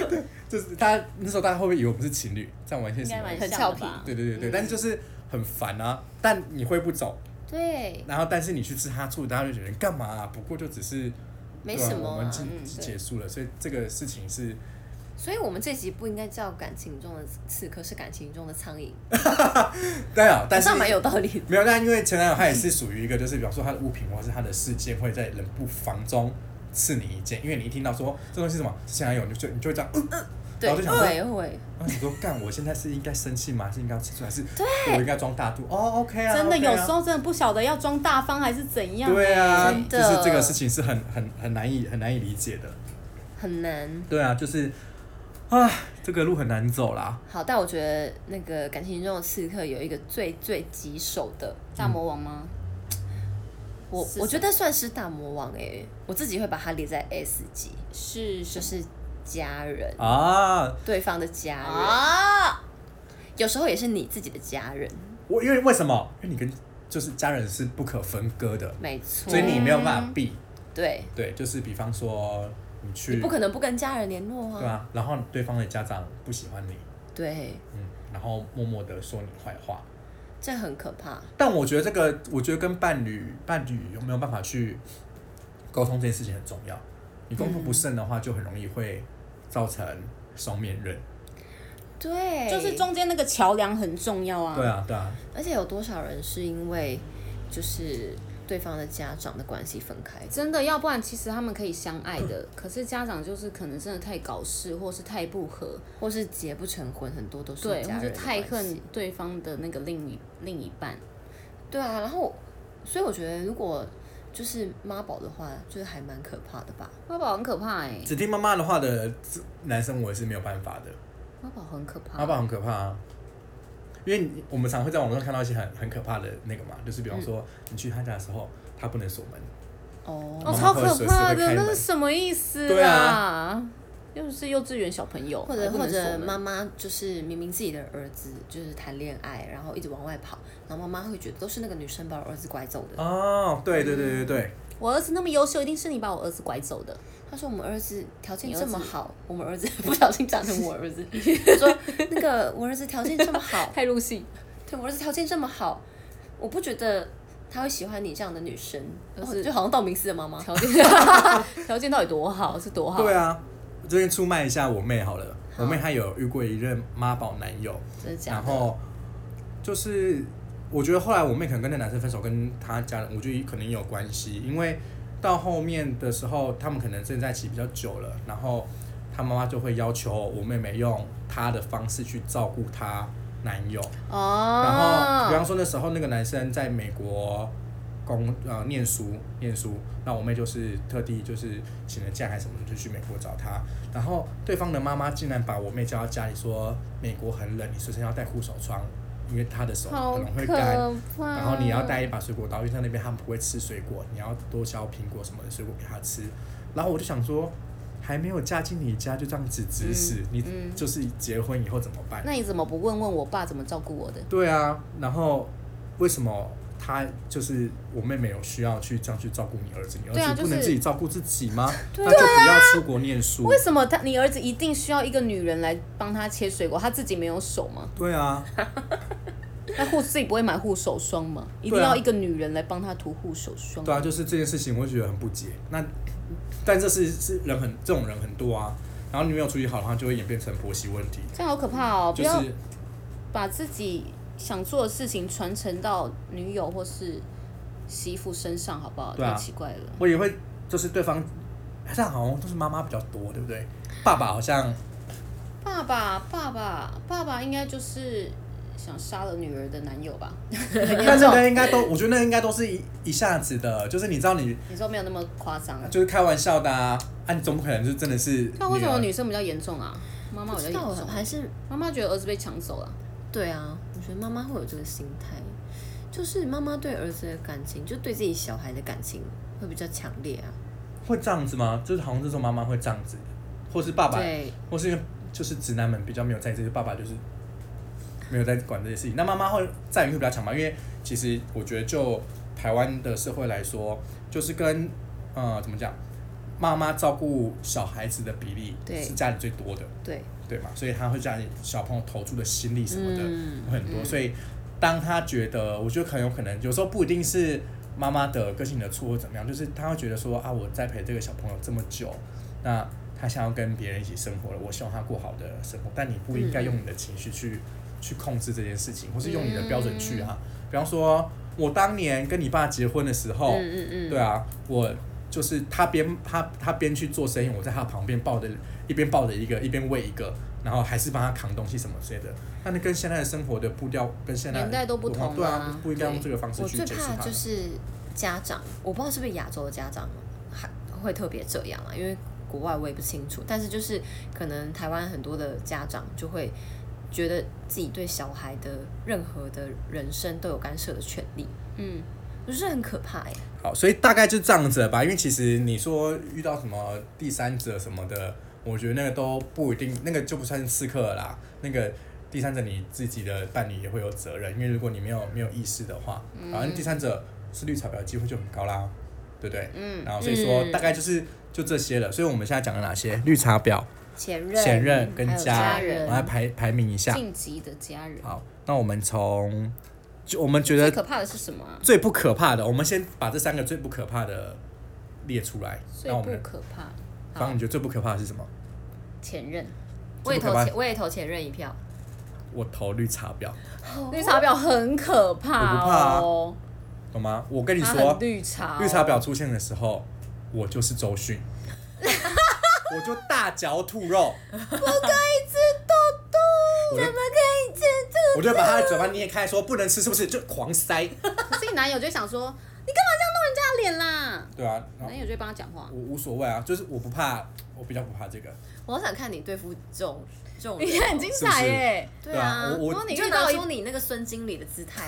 S2: 就是大家那时候大家会不会以为我们是情侣在玩一些
S3: 应
S2: 什
S3: 该
S2: 么？
S3: 蛮
S1: 很
S3: 像
S1: 俏
S3: 的
S1: 皮
S3: 吧？
S2: 对对对对，但是就是很烦啊。但你挥不走，
S1: 对，
S2: 然后但是你去吃他醋，大家就觉得干嘛啊、不过就只是
S1: 没
S2: 对啊
S1: 什么、
S2: 我们
S1: 啊。
S2: 结
S3: 对
S2: 结束了，所以这个事情是
S1: 所以我们这集不应该叫感情中的刺客，是感情中的苍蝇，
S2: 对啊，
S1: 好
S2: 但是
S1: 像蛮有道理的。
S2: 没有，但因为前男友他也是属于一个，就是比方说他的物品或者是他的事件，会在冷不防中刺你一剑，因为你一听到说这东西是什么是前男友，你就你就会这样，嗯嗯，
S1: 对，
S2: 然后就想说
S1: 会会，
S2: 然后你说干，我现在是应该生气吗？还是应该要吃醋，还是我应该装大度？哦，OK 啊，
S3: 真的
S2: OK
S3: 有
S2: 啊
S3: 时候真的不晓得要装大方还是怎样。
S2: 对啊，
S1: 真
S2: 就
S1: 的
S2: 是这个事情是很很很难以很难以理解的。
S1: 很难。
S2: 对啊，就是啊，这个路很难走啦。
S1: 好，但我觉得那个感情中的刺客有一个最最棘手的，
S3: 大魔王吗？
S1: 我
S3: 是什么
S1: 我觉得算是大魔王哎、我自己会把它列在 S 级，
S3: 是
S1: 就是是家人，
S2: 啊，
S1: 对方的家人，
S3: 啊，
S1: 有时候也是你自己的家人，
S2: 我因为为什么？因为你跟就是家人是不可分割的，
S1: 没错
S2: 所以，你没有办法避。
S1: 对，
S2: 对，就是比方说你
S1: 你
S2: 去，
S1: 不可能不跟家人联络
S2: 对
S1: 啊，
S2: 啊，然后对方的家长不喜欢你，
S1: 对，
S2: 嗯，然后默默的说你坏话。
S1: 这很可怕，
S2: 但我觉得这个，我觉得跟伴侣伴侣有没有办法去沟通这件事情很重要。你沟通不慎的话，就很容易会造成双面刃。
S1: 对，
S3: 就是，中间那个桥梁很重要啊。
S2: 对啊，对啊，
S1: 而且有多少人是因为就是对方的家长的关系分开的，
S3: 真的，要不然其实他们可以相爱的，可是家长就是可能真的太搞事，或是太不和，
S1: 或是结不成婚，很多都是
S3: 对，
S1: 家
S3: 或
S1: 人
S3: 是
S1: 的
S3: 太
S1: 关系
S3: 恨对方的那个另一另一半，
S1: 对啊，然后所以我觉得如果就是妈宝的话，就是还蛮可怕的吧。
S3: 妈宝很可怕哎、
S2: 只听妈妈的话的男生，我也是没有办法的。
S3: 妈宝很可怕。
S2: 妈宝很可怕啊，因为你我们常会在网络上看到一些很很可怕的那个嘛，就是比方说你去他家的时候，他不能锁门，
S1: 哦
S3: 哦，
S2: 妈
S3: 超
S2: 妈会
S3: 可怕
S2: 随时会
S3: 的，
S2: 开
S3: 那
S2: 门
S3: 是什么意思
S2: 对
S3: 啊？又是幼稚园小朋友，
S1: 或者
S3: 还不能
S1: 或
S3: 锁
S1: 者
S3: 门
S1: 妈妈就是明明自己的儿子就是谈恋爱，然后一直往外跑，然后妈妈会觉得都是那个女生把我儿子拐走的。
S2: 哦，对对对对对，
S3: 我儿子那么优秀，一定是你把我儿子拐走的。
S1: 她说我们儿子条件
S3: 你儿
S1: 这么
S3: 子
S1: 好，我们儿子 不小心讲成我儿 子，说那个我儿子条件这么好，
S3: 太入戏，
S1: 对我儿子条件这么好，我不觉得他会喜欢你这样的女生，
S3: 就
S1: 哦
S3: 是
S1: 就好像道明寺的妈妈。
S3: 条件 条件到底多好？是多好？
S2: 对啊，我这边出卖一下我妹好了，我妹她有遇过一任妈宝男友，
S1: 真的假的
S2: 然后就是我觉得后来我妹可能跟那男生分手，跟她家人，我觉得可能也有关系，因为到后面的时候，他们可能正在一起比较久了，然后她妈妈就会要求我妹妹用她的方式去照顾她男友，然后呃比
S3: 哦，
S2: 方说那时候那个男生在美国工呃念书念书，那我妹就是特地就是请了假还是什么的就去美国找他，然后对方的妈妈竟然把我妹叫到家里说美国很冷，你随身要带护手霜，因为她的手
S3: 好
S2: 可能会
S3: 可
S2: 干。
S3: 怕。
S2: 然后你要带一把水果刀，因为在那边他们不会吃水果，你要多削苹果什么的水果给他吃。然后我就想说，还没有嫁进你家就这样子指使、
S3: 嗯
S2: 你，就是结婚以后怎么办？
S3: 那你怎么不问问我爸怎么照顾我的？
S2: 对啊，然后为什么他就是我妹妹有需要去这样去照顾你儿子？你
S3: 对啊
S2: 儿子不
S3: 就
S2: 能
S3: 是啊
S2: 自己照顾自己 吗？那就不要出国念书。
S3: 嗯为什么他你儿子一定需要一个女人来帮他切水果？他自己没有手吗？
S2: 对啊，
S3: 那护自己不会买护手霜吗？一定
S2: 对啊
S3: 要一个女人来帮他涂护手霜？
S2: 对啊，就是这件事情，我会觉得很不解。那但这是是人很这种人很多啊，然后你没有处理好的话，就会演变成婆媳问题，
S3: 这样好可怕哦！不
S2: 就
S3: 要
S2: 是
S3: 把自己想做的事情传承到女友或是媳妇身上，好不好？
S2: 对啊
S3: 太奇怪了。
S2: 我也会就是对方，这样好像都是妈妈比较多，对不 对？爸爸好像
S3: 爸爸，爸爸，爸爸应该就是想杀了女儿的男友吧？
S2: 但那个应该都，我觉得那应该都是一一下子的，就是你知道你
S3: 你说没有那么夸张？
S2: 啊就是开玩笑的啊，啊，你总不可能就真的是。
S3: 啊
S2: 啊
S3: 那为什么女生比较严重啊？妈妈
S1: 不
S3: 比较
S1: 知
S3: 严
S1: 道
S3: 重，
S1: 还是
S3: 妈妈觉得儿子被抢走了，
S1: 对啊，我觉得妈妈会有这个心态，就是妈妈对儿子的感情，就对自己小孩的感情会比较强烈啊。
S2: 会这样子吗？就是好像这种妈妈会这样子，或是爸爸，
S1: 对，
S2: 或是因为就是直男们比较没有在意这些，爸爸就是没有在管这些事情。那妈妈会在于会比较强吧，因为其实我觉得就台湾的社会来说，就是跟呃怎么讲，妈妈照顾小孩子的比例
S1: 对
S2: 是家里最多的，
S1: 对，
S2: 对嘛？所以他会家里小朋友投注的心力什么的、
S1: 嗯
S2: 会很多，所以当他觉得，我觉得很有可能有时候不一定是妈妈的个性的错或怎么样，就是他会觉得说啊，我在陪这个小朋友这么久，那他想要跟别人一起生活了，我希望他过好的生活，但你不应该用嗯你的情绪去、去控制这件事情，或是用你的标准去啊，比方说。我当年跟你爸结婚的时候，
S1: 嗯嗯
S2: 对啊，我就是他边他他边去做生意，我在他旁边抱着一边抱着一个，一边喂一个，然后还是帮他扛东西什么之类的。那你跟现在的生活的步调跟现在的
S3: 年代都不
S2: 文化
S3: 同
S2: 对
S3: 啦
S2: 啊，不不应该用
S3: 对
S2: 这个方式
S1: 我
S2: 去
S1: 最
S2: 解释
S1: 怕
S2: 它
S1: 就。是家长，我不知道是不是亚洲的家长还会特别这样啊，因为国外我也不清楚，但是就是可能台湾很多的家长就会觉得自己对小孩的任何的人生都有干涉的权利，
S3: 嗯，
S1: 我觉得很可怕哎、
S2: 好，所以大概就这样子了吧。因为其实你说遇到什么第三者什么的，我觉得那个都不一定，那个就不算是刺客了啦。那个第三者你自己的伴侣也会有责任，因为如果你没有没有意识的话，反正第三者是绿茶婊的机会就很高啦，对不对？嗯。然后所以说
S1: 嗯
S2: 大概就是就这些了。所以我们现在讲了哪些？绿茶婊、
S1: 前任、
S2: 前任跟
S1: 还有
S2: 家
S1: 家
S2: 我
S1: 人
S2: 们来排排名一下。
S3: 晋级的家人。
S2: 好，那我们从就我们觉
S3: 最
S2: 得
S3: 可怕的是什么啊？
S2: 最不可怕的，我们先把这三个最不可怕的列出来。
S3: 最
S2: 那我
S3: 不
S2: 们，
S3: 可怕，
S2: 方方，你觉得最不可怕的是什么？
S3: 嗯前任。
S1: 我也投
S2: 这么可怕
S1: 前，我也投前任一票。
S2: 我投绿茶婊，
S1: 哦
S3: 绿茶婊很可怕哦，
S2: 懂吗？我啊跟你
S3: 她
S2: 说啊
S3: 很，绿哦茶、
S2: 绿茶，婊出现的时候，我就是周迅， 我就大嚼兔肉，不可以吃兔兔，怎么
S1: 可以吃兔？
S2: 我就把他的嘴巴捏开，说不能吃，是不是？就狂塞，
S3: 可是你男友就会想说，你干嘛这样弄人家的脸啦？
S2: 对啊，然后
S3: 男友就会帮他讲话
S2: 我，无所谓啊，就是我不怕，我比较不怕这个，
S1: 我好想看你对付这种这种人哦。
S3: 你很精彩耶、
S1: 对啊
S2: 对啊，我我
S1: 然后你
S3: 就
S1: 就
S3: 拿
S1: 拿
S3: 出
S1: 出你那个孙经理的姿 态，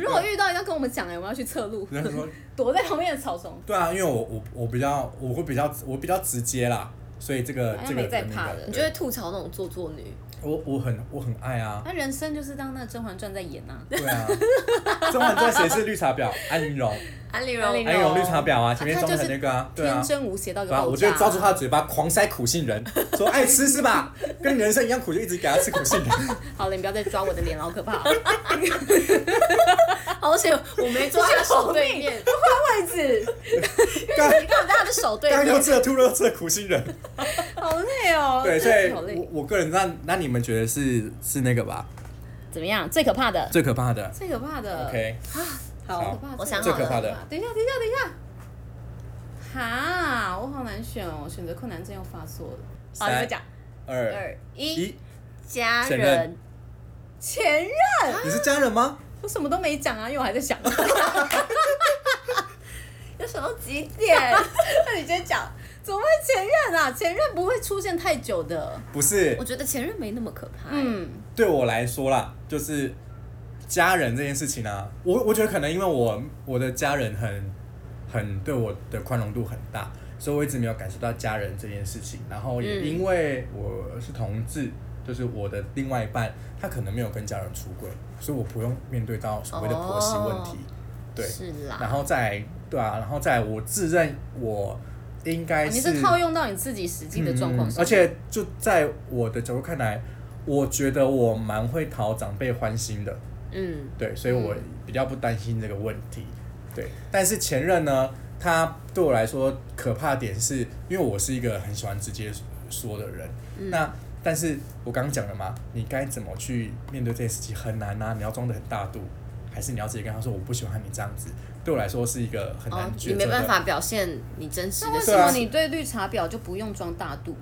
S3: 如果遇到一定要跟我们讲哎、我们要去侧录，
S2: 人家说
S3: 躲在旁边的草丛，
S2: 对啊，因为我我我比较我会比较我比较直接啦，所以这个
S3: 好像
S2: 这个
S3: 没在
S2: 可能
S3: 怕
S2: 那个
S3: 的
S1: 你就会吐槽那种做作女。
S2: 我我很我很爱啊，
S3: 那人生就是当那《甄嬛传》在演啊。
S2: 对啊。甄嬛传谁是绿茶婊？安陵容，
S1: 安陵
S3: 安
S1: 容
S3: 陵
S2: 安陵容绿茶婊啊，前面
S3: 她
S2: 装
S3: 就是
S2: 的那个啊，对
S3: 天
S2: 啊。
S3: 真无邪到一
S2: 对
S3: 个
S2: 啊，
S3: 爆
S2: 我
S3: 炸、
S2: 就抓住他的嘴巴，狂塞苦杏 仁，说爱吃是吧？跟你人生一样苦，就一直给他吃苦 杏仁。
S3: 好了，你不要再抓我的脸了，好可 怕、
S1: 而且我没抓他手对面，
S3: 位置，
S2: 刚
S1: 你根本在他的手对
S2: 刚又
S1: 面。
S2: 吃了兔肉，又吃了苦杏仁。
S3: 好累哦。
S2: 对，所
S3: 好
S2: 以
S3: 累。
S2: 我我个人，那那你们觉得是是那个吧？
S3: 怎么样？最可怕的，
S2: 最可怕的
S3: 最可怕的。
S2: ？OK，
S3: 好
S2: 好
S3: 可怕。
S1: 我想
S2: 最
S1: 好
S2: 可怕
S1: 了，
S2: 的
S3: 啊等一下，等一下，等一下。哈，我好难选哦，选择困难症又发作了。好，你
S2: 三
S3: 们讲。
S2: 二
S1: 二一
S2: 一，
S1: 家
S2: 前
S1: 人
S2: 任，
S3: 前任，
S2: 你是家人吗？
S3: 我什么都没讲啊，因为我还在想。
S1: 要想到几点？
S3: 那你先讲，怎么会前任啊？前任不会出现太久的。
S2: 不是
S1: 我，觉得前任没那么可
S2: 哎
S1: 怕。嗯，
S3: 嗯，
S2: 对我来说啦，就是家人这件事情啊，我我觉得可能因为我我的家人很很对我的宽容度很大，所以我一直没有感受到家人这件事情。然后也
S1: 嗯
S2: 因为我是同志，就是我的另外一半他可能没有跟家人出轨，所以我不用面对到所谓的婆媳问题。对，
S1: 哦是
S2: 然
S1: 啦。
S2: 后再来对啊，然后再来我自认我应该
S3: 啊
S1: 哦
S3: 你是套用到你自己实际的状况
S2: 嗯
S3: 上，
S2: 而且就在我的角度看来，我觉得我蛮会讨长辈欢心的，
S1: 嗯，
S2: 对，所以我比较不担心这个问题。对，但是前任呢，他对我来说可怕的点是，因为我是一个很喜欢直接说的人，
S1: 嗯
S2: 那。但是我刚刚讲了嘛，你该怎么去面对这件事情很难啊！你要装的很大度，还是你要直接跟他说我不喜欢你这样子？对我来说是一个很难
S1: 哦，你
S2: 抉择
S1: 没
S2: 的。
S1: 办法表现你真实
S3: 那
S1: 的
S3: 为
S1: 事
S3: 什么
S2: 是啊
S3: 你对绿茶婊就不用装大度？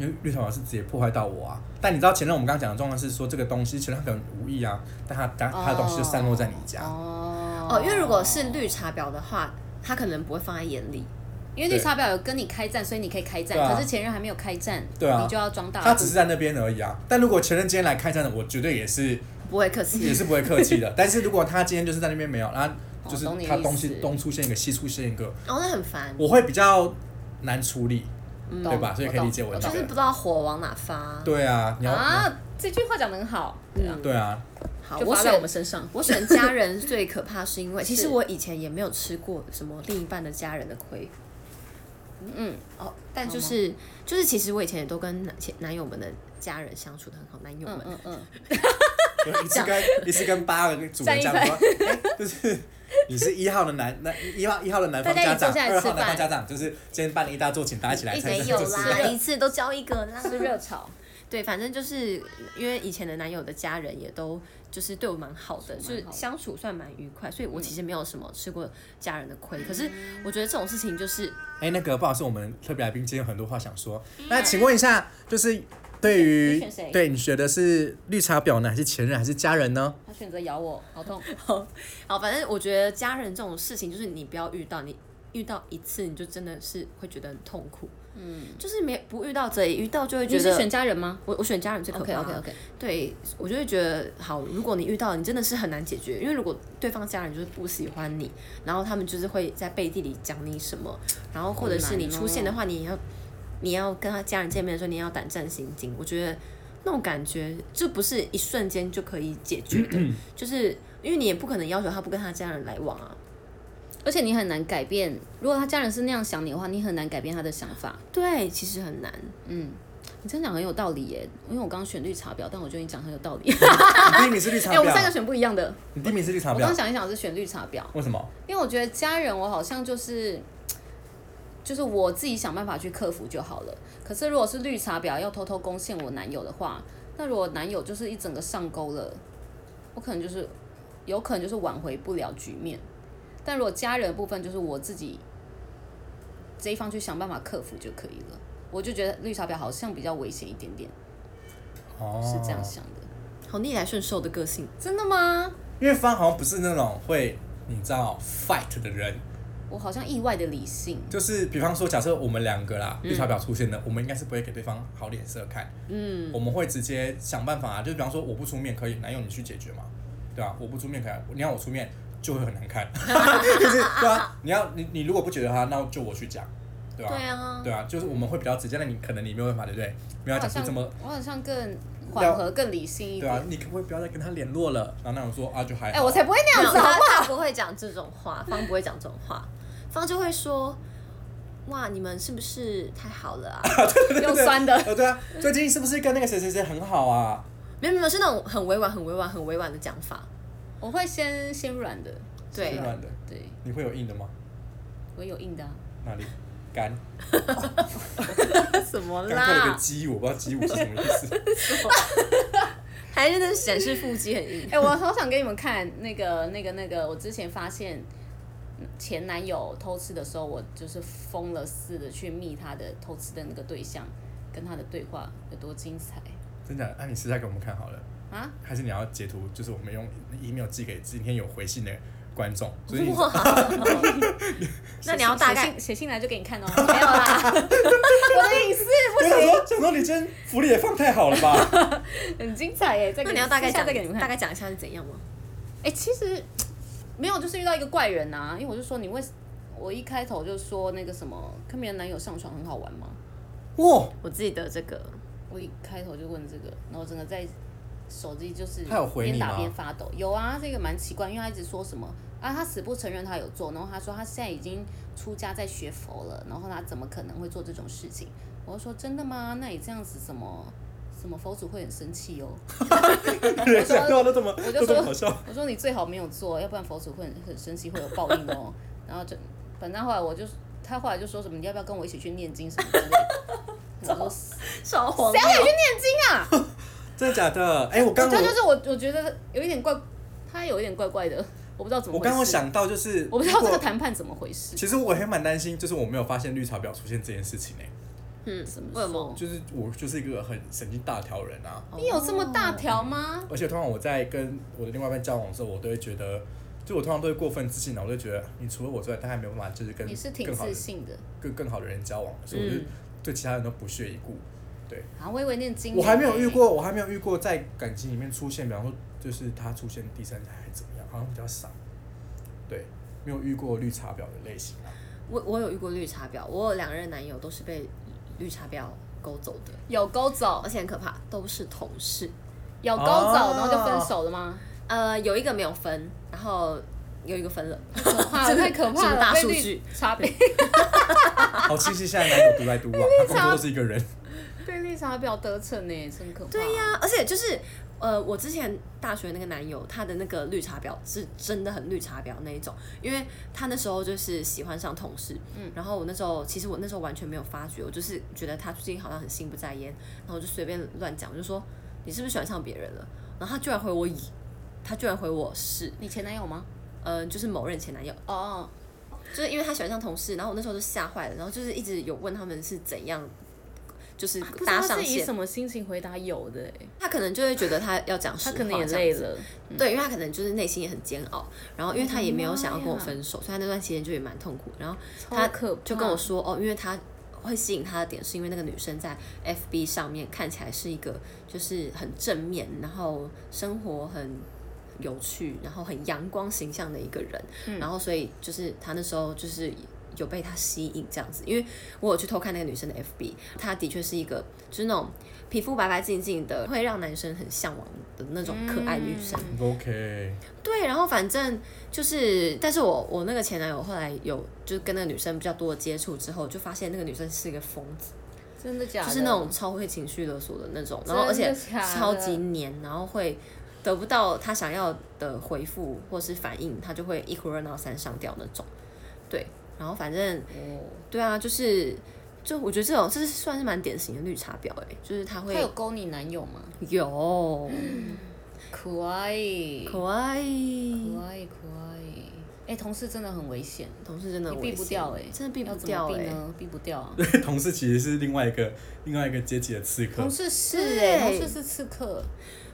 S2: 因为绿头发是直接破坏到我啊。但你知道前任我们刚刚讲的状况是说这个东西前任他可能无意啊，但他他他的东西就散落在你家。
S3: 哦
S1: 哦，因为如果是绿茶婊的话，他可能不会放在眼里。
S3: 因为绿茶婊有跟你开战，所以你可以开战，
S2: 对啊
S3: 可是前任还没有开战，
S2: 对啊
S3: 你就要装大。
S2: 他只是在那边而已啊。但如果前任今天来开战的，我绝对也 是
S1: 不会客气，
S2: 也是不会客气的。但是如果他今天就是在那边没有，然后
S3: 哦
S2: 就是
S3: 懂你的
S2: 他
S3: 意
S2: 东
S3: 思
S2: 西东出现一个西出现一个，
S1: 哦，那很烦，
S2: 我会比较难处理，
S3: 嗯
S2: 对吧？所以可以理解我
S3: 懂
S2: 这
S1: 就是不
S2: 个。
S1: 知道火往哪发。嗯
S2: 对啊，你要、
S3: 啊，这句话讲得很好，对啊，
S2: 对啊，
S1: 好，
S3: 就
S1: 我嗯
S3: 发在我
S1: 选
S3: 们身上。
S1: 我选家人最可怕是因为，其实
S3: 是
S1: 我以前也没有吃过什么另一半的家人的亏。
S3: 嗯，
S1: 哦，但就是就是，其实我以前也都跟男前男友们的家人相处的很好，男友
S3: 嗯
S1: 们。
S3: 嗯嗯，
S2: 一次跟一次跟八个主人讲
S3: 站一
S2: 说，哎就是你是一号的男男一号一号的男方
S3: 大家
S2: 家
S3: 一起坐
S2: 长，
S3: 下来
S2: 二号
S3: 吃
S2: 男方
S3: 饭
S2: 家长，就是今天办了一大桌，请大家一起来
S3: 一
S2: 参
S3: 没
S2: 加
S1: 哎有
S2: 这
S1: 啦
S2: 次。，
S1: 一次都交一个啦。
S3: 是热炒，
S1: 对，反正就是因为以前的男友的家人也都就是对我蛮好的，嗯就是相处算蛮愉快，所以我其实没有什么吃过家人的亏。可是我觉得这种事情就是
S2: 哎，那个不好意思，我们特别来宾今天有很多话想说。那请问一下，就是对于
S3: 嗯你选谁
S2: 对你学的是绿茶婊呢，还是前任，还是家人 呢？
S3: 他选择咬我，好痛。
S1: 好，反正我觉得家人这种事情，就是你不要遇到，你遇到一次你就真的是会觉得很痛苦。嗯，就是没不遇到则已，遇到就会觉
S3: 你是
S1: 得
S3: 选家人吗
S1: 我我选家人最可怕。
S3: ？OK OK OK，
S1: 对我就会觉得好，如果你遇到，你真的是很难解决，因为如果对方家人就是不喜欢你，然后他们就是会在背地里讲你什么，然后或者是你
S3: 好难哦
S1: 出现的话，你也要你要跟他家人见面的时候，你也要胆战心惊。我觉得那种感觉就不是一瞬间就可以解决的，就是因为你也不可能要求他不跟他家人来往啊。
S3: 而且你很难改变，如果他家人是那样想你的话，你很难改变他的想法。
S1: 对，其实很难。
S3: 你这样讲很有道理耶，因为我刚刚选绿茶婊，但我觉得你讲很有道理。
S2: 你第一名是绿茶
S3: 哎、我们三个
S2: 婊，
S3: 选不一样的。
S2: 你第一名是绿茶
S3: 我刚
S2: 婊，
S3: 想一想，我是选绿茶婊，
S2: 为什么？
S3: 因为我觉得家人，我好像就是，就是我自己想办法去克服就好了。可是如果是绿茶婊要偷偷攻陷我男友的话，那如果男友就是一整个上钩了，我可能就是有可能就是挽回不了局面。但如果家人的部分，就是我自己这一方去想办法克服就可以了。我就觉得绿茶婊好像比较危险一点点，
S2: 哦，
S3: 是这样想的。
S1: 好逆来顺受的个性，
S3: 真的吗？
S2: 因为方好像不是那种会你知道 fight 的人，
S3: 我好像意外的理性。
S2: 就是比方说，假设我们两个
S3: 嗯
S2: 啦，绿茶婊出现了，我们应该是不会给对方好脸色看，嗯，我们会直接想办法啊，就是比方说我不出面可以，男友你去解决嘛，对啊，我不出面可以啊，你要我出面就会很难 看，就是对啊，你要你你如果不解决他，那就我去讲，对吧、
S1: 对啊
S2: 对啊，就是我们会比较直接，那你可能你没有办法，对不对？没有
S3: 我
S2: 讲
S3: 好
S2: 出
S3: 像
S2: 这么。
S3: 我好像更缓和、更理性一
S2: 对
S3: 点。
S2: 啊，你可不可以不要再跟他联络了？然后那种说啊，就还
S3: 哎、
S2: 好
S3: 我才不会那样
S1: 没
S3: 子，
S1: 有
S3: 好
S1: 他
S3: 不好？
S1: 他不会讲这种话，方不会讲这种话，方就会说：“哇，你们是不是太好 了啊？”
S3: 用酸的，
S2: 呃，对啊，最近是不是跟那个谁谁谁很好啊？
S1: 没有没有，是那种很委婉、很委婉、很委婉的讲法。
S3: 我会先先软的，
S1: 对
S2: 是，软的，
S3: 对啊
S2: 你会有硬的吗？
S3: 我有硬的、啊。
S2: 哪里？干，
S1: 什么
S2: 刚刚有个？鸡，我不知道鸡舞是什么意思。
S1: 还是那显示腹肌很硬
S3: 哎、。我好想给你们看那个、那个、那个，我之前发现前男友偷吃的时候，我就是疯了似的去密他的偷吃的那个对象，跟他的对话有多精彩
S2: 真的？那、你私下给我们看好了，
S3: 啊！
S2: 还是你要截图？就是我们用 email 寄给今天有回信的观众，所以你
S1: 哇，那你要大
S3: 写
S1: 概
S3: 信写信来就给你看哦，没有啦， 我的隐私不
S2: 我想说，想说你今天福利也放太好了吧？
S3: 很精彩耶！再给
S1: 那你要大概
S3: 私下
S1: 讲
S3: 再给你们看，
S1: 大概讲一下是怎样吗？
S3: 哎、其实没有，就是遇到一个怪人啊，因为我就说你为，我一开头就说那个什么跟别人男友上床很好玩吗？
S2: 哇，
S1: 我记得这个，
S3: 我一开头就问这个，然后整个在手机就是
S2: 他有回
S3: 边
S2: 你
S3: 打
S2: 吗
S3: 边发抖。有啊，这个蛮奇怪，因为他一直说什么啊，他死不承认他有做，然后他说他现在已经出家在学佛了，然后他怎么可能会做这种事情？我就说真的吗？那你这样子什么什么佛祖会很生气哦。
S2: 人讲话都这么
S3: 我就
S2: 都这么
S3: 说
S2: 好笑。
S3: 我说你最好没有做，要不然佛祖会很很生气，会有报应哦。然后就，反正后来我就，他后来就说什么，你要不要跟我一起去念经什么之类的。我说谁
S1: 超黄
S3: 要去念经啊？
S2: 真的假的？哎、我刚
S3: 他
S2: 刚
S3: 就是我，我觉得有一点怪，他有一点怪怪的，我不知道怎么
S2: 我
S3: 回事。
S2: 刚刚想到就是，
S3: 我不知道这
S2: 如
S3: 个
S2: 果
S3: 谈判怎么回事。
S2: 其实我还蛮担心，就是我没有发现绿茶婊出现这件事情呢、欸
S3: 嗯，怎么
S1: 为什么
S3: 说？
S2: 就是我就是一个很神经大条人啊，
S3: 你有这么大条吗？
S2: 而且通常我在跟我的另外一半交往的时候，我都会觉得，就我通常都会过分自信啊，我就觉得你除了我之外，他还没有办法就是跟
S3: 你是挺
S2: 更好
S3: 自
S2: 的
S3: 信的
S2: 更更好的人交往，所以我就
S1: 嗯
S2: 对其他人都不屑一顾。
S3: 啊！我以为念经，
S2: 我还没有遇。过，我还没有遇过在感情里面出现，比方说就是他出现第三胎还是怎么样，好像比较少。对，没有遇过绿茶婊的类型啊。
S1: 我我有遇过绿茶婊，我有两任男友都是被绿茶婊勾走的，哦
S3: 有勾走
S1: 而，且很可怕，都是同事。
S3: 有勾走，
S2: 哦
S3: 然后就分手了吗？
S1: 呃，有一个没有分，然后有一个分了，
S3: 可怕 了，
S1: 真的
S3: 太可
S1: 什
S3: 怕
S1: 么
S3: 了！
S1: 大
S3: 被
S1: 数
S3: 绿
S1: 据
S3: 茶婊，
S2: 好庆幸现在啊男友独来 独往，他工作都是一个人。
S3: 被绿茶婊得逞呢，真可怕。
S1: 对呀、而且就是呃，我之前大学那个男友，他的那个绿茶婊是真的很绿茶婊那一种，因为他那时候就是喜欢上同事，嗯，然后我那时候其实我那时候完全没有发觉，我就是觉得他最近好像很心不在焉，然后我就随便乱讲，我就说你是不是喜欢上别人了？然后他居然回我以，他居然回我是，
S3: 你前男友吗？
S1: 呃，就是某任前男友，
S3: 哦，
S1: 就是因为他喜欢上同事，然后我那时候就吓坏了，然后就是一直有问他们是怎样，就是
S3: 啊不知道
S1: 搭
S3: 他
S1: 上
S3: 是以
S1: 线，
S3: 什么心情回答有的欸，
S1: 他可能就会觉得他要讲实
S3: 他
S1: 话，
S3: 可能也累
S1: 这样子。
S3: 了。嗯
S1: 对，因为他可能就是内心也很煎熬，然后因为他也没有想要跟我
S3: 妈呀
S1: 分手，所以他那段期间就也蛮痛苦。然后
S3: 超
S1: 他
S3: 可怕
S1: 就跟我说，哦，因为他会吸引他的点是因为那个女生在 FB 上面看起来是一个就是很正面，然后生活很有趣，然后很阳光形象的一个人，然后所以就是他那时候就是。有被他吸引这样子，因为我有去偷看那个女生的 FB，她的确是一个就是那种皮肤白白净净的，会让男生很向往的那种可爱女生。
S2: 啊 OK，
S1: 对，然后反正就是，但是我我那个前男友后来有就是跟那个女生比较多的接触之后，就发现那个女生是一个疯子，
S3: 真的假的？
S1: 就是那种超会情绪勒索的那种，然后而且
S3: 真的假的
S1: 超级黏，然后会得不到他想要的回复或是反应，他就会一哭二闹三上吊那种。对，然后反正
S3: 哦，
S1: 对啊，就是就我觉得这种这是算是蛮典型的绿茶婊哎、就是他
S3: 他
S1: 会
S3: 有勾你男友吗？
S1: 有
S3: 可爱，可
S1: 可爱，
S3: 爱，可爱。哎，同事真的很危险，
S1: 同事真的
S3: 你
S1: 很
S3: 避
S1: 危
S3: 不
S1: 险
S3: 掉哎，
S1: 真的避不
S3: 要怎么
S1: 掉哎、
S3: 避呢，避不 掉啊。
S2: 同事其实是另外一个另外一个阶级的刺客
S3: 同。事是
S1: 对
S3: 哎，同事是刺客，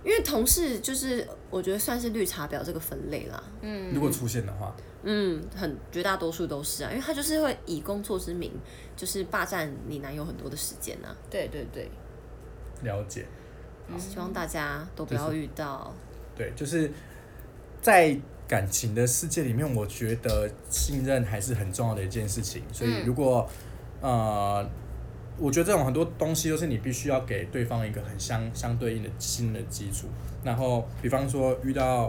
S1: 因为同事就是我觉得算是绿茶婊这个分类啦，
S3: 嗯
S2: 如果出现的话，
S1: 嗯，很绝大多数都是啊，因为他就是会以工作之名，就是霸占你男友很多的时间啊，
S3: 对对对，
S2: 了解。
S1: 希望大家都不要遇到。
S2: 对，就是在感情的世界里面，我觉得信任还是很重要的一件事情。所以，如果、呃，我觉得这种很多东西都是你必须要给对方一个很相相对应的新的基础。然后，比方说遇到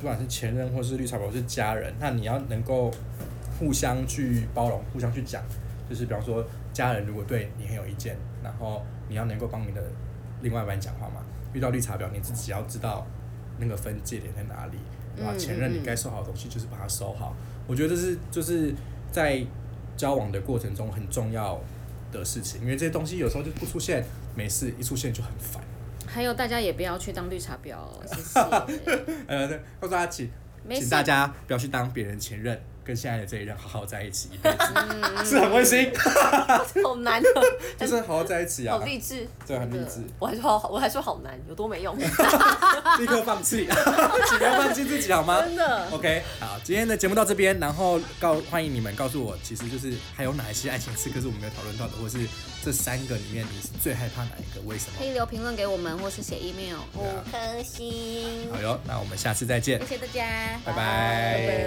S2: 不管是前任或是绿茶婊或是家人，那你要能够互相去包容，互相去讲。就是比方说，家人如果对你很有意见，然后你要能够帮你的另外一半讲话嘛。遇到绿茶婊，你自己要知道那个分界点在哪里，
S1: 嗯
S2: 然后前任你该收好的东西就是把它收好。我觉得这是就是在交往的过程中很重要的事情，因为这些东西有时候就不出现，没事一出现就很 烦。
S3: 还有大家也不要去当绿茶婊 哦，谢谢。
S2: 呃，对告诉大家请
S3: 没
S2: 请
S3: 事
S2: 大家不要去当别人前任，跟现在的这一任好好在一起一辈子，
S1: 嗯
S2: 是很 温馨，
S1: 好难 的，
S2: 就是好好在一起啊
S1: 好，励志，
S2: 对，很励志，
S1: 我还说好，我还说好难，有多没用。
S2: 立刻放弃，请不要放弃自己好吗？
S3: 真的
S2: OK，好，今天的节目到这边，然后告欢迎你们告诉我，其实就是还有哪一些爱情刺客是我们没有讨论到的，或是这三个里面你是最害怕哪一个？为什么
S3: 可？以留评论给我们，或是写 email。
S2: 对啊
S1: 颗星
S2: 好哟，那我们下次再见，
S3: 谢谢大家，
S2: 拜拜。
S3: 拜拜